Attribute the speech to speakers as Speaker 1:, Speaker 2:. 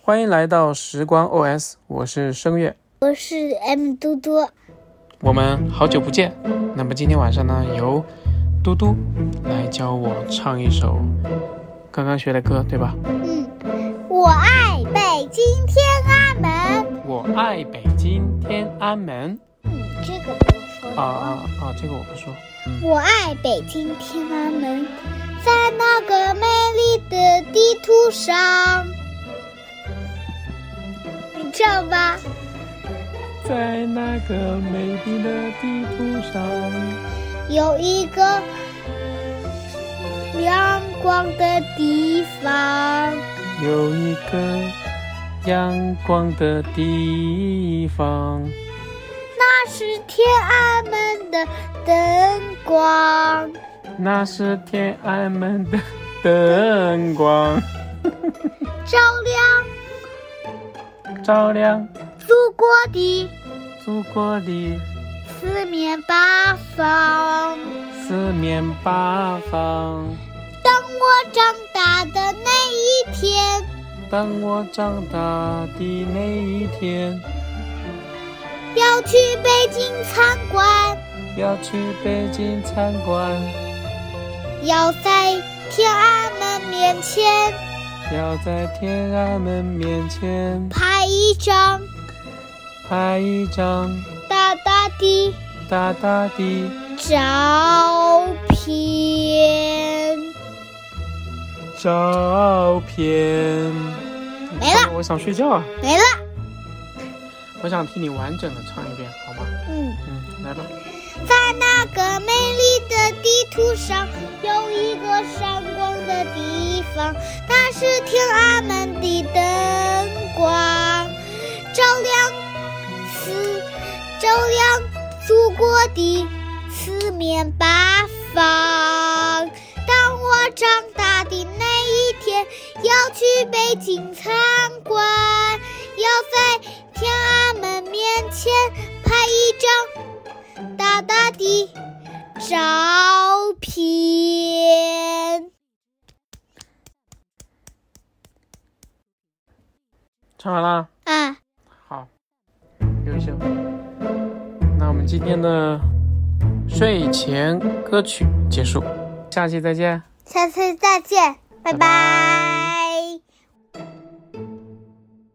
Speaker 1: 欢迎来到时光 OS，我是声月，
Speaker 2: 我是 M 嘟嘟，
Speaker 1: 我们好久不见。那么今天晚上呢，由嘟嘟来教我唱一首刚刚学的歌，对吧？
Speaker 2: 嗯，我爱北京天安门。
Speaker 1: 我爱北京天安门。
Speaker 2: 嗯，这个不用说了
Speaker 1: 啊啊啊！这个我不说。
Speaker 2: 我爱北京天安门，在那个美丽的地图上，你唱吧。
Speaker 1: 在那个美丽的地图上，
Speaker 2: 有一个阳光的地方，
Speaker 1: 有一个阳光的地方。
Speaker 2: 那是天安门的灯光。
Speaker 1: 那是天安门的灯光，
Speaker 2: 照亮
Speaker 1: 照亮
Speaker 2: 祖国的
Speaker 1: 祖国的
Speaker 2: 四面八方。
Speaker 1: 四面八方。
Speaker 2: 当我长大的那一天，
Speaker 1: 当我长大的那一天，
Speaker 2: 要去北京参观，
Speaker 1: 要去北京参观，
Speaker 2: 要在天安门面前
Speaker 1: 要在天安门面前
Speaker 2: 拍一张
Speaker 1: 拍一张
Speaker 2: 大大的
Speaker 1: 大大的
Speaker 2: 照片。
Speaker 1: 照片。
Speaker 2: 没了，
Speaker 1: 我想睡觉啊！
Speaker 2: 没了。
Speaker 1: 我想听你完整的唱一遍，好吗？
Speaker 2: 嗯。
Speaker 1: 嗯，来吧。
Speaker 2: 在那个美丽的地图上，有一个闪光的地方，它是天安门的灯光，照亮四，照亮祖国的四面八方。当我长大的那一天，要去北京参观，要在天安门面前拍一张。大大的照片。
Speaker 1: 唱完啦。
Speaker 2: 啊，
Speaker 1: 好，优秀。那我们今天的睡前歌曲结束，下期再见。
Speaker 2: 下次再见，拜
Speaker 1: 拜
Speaker 2: 拜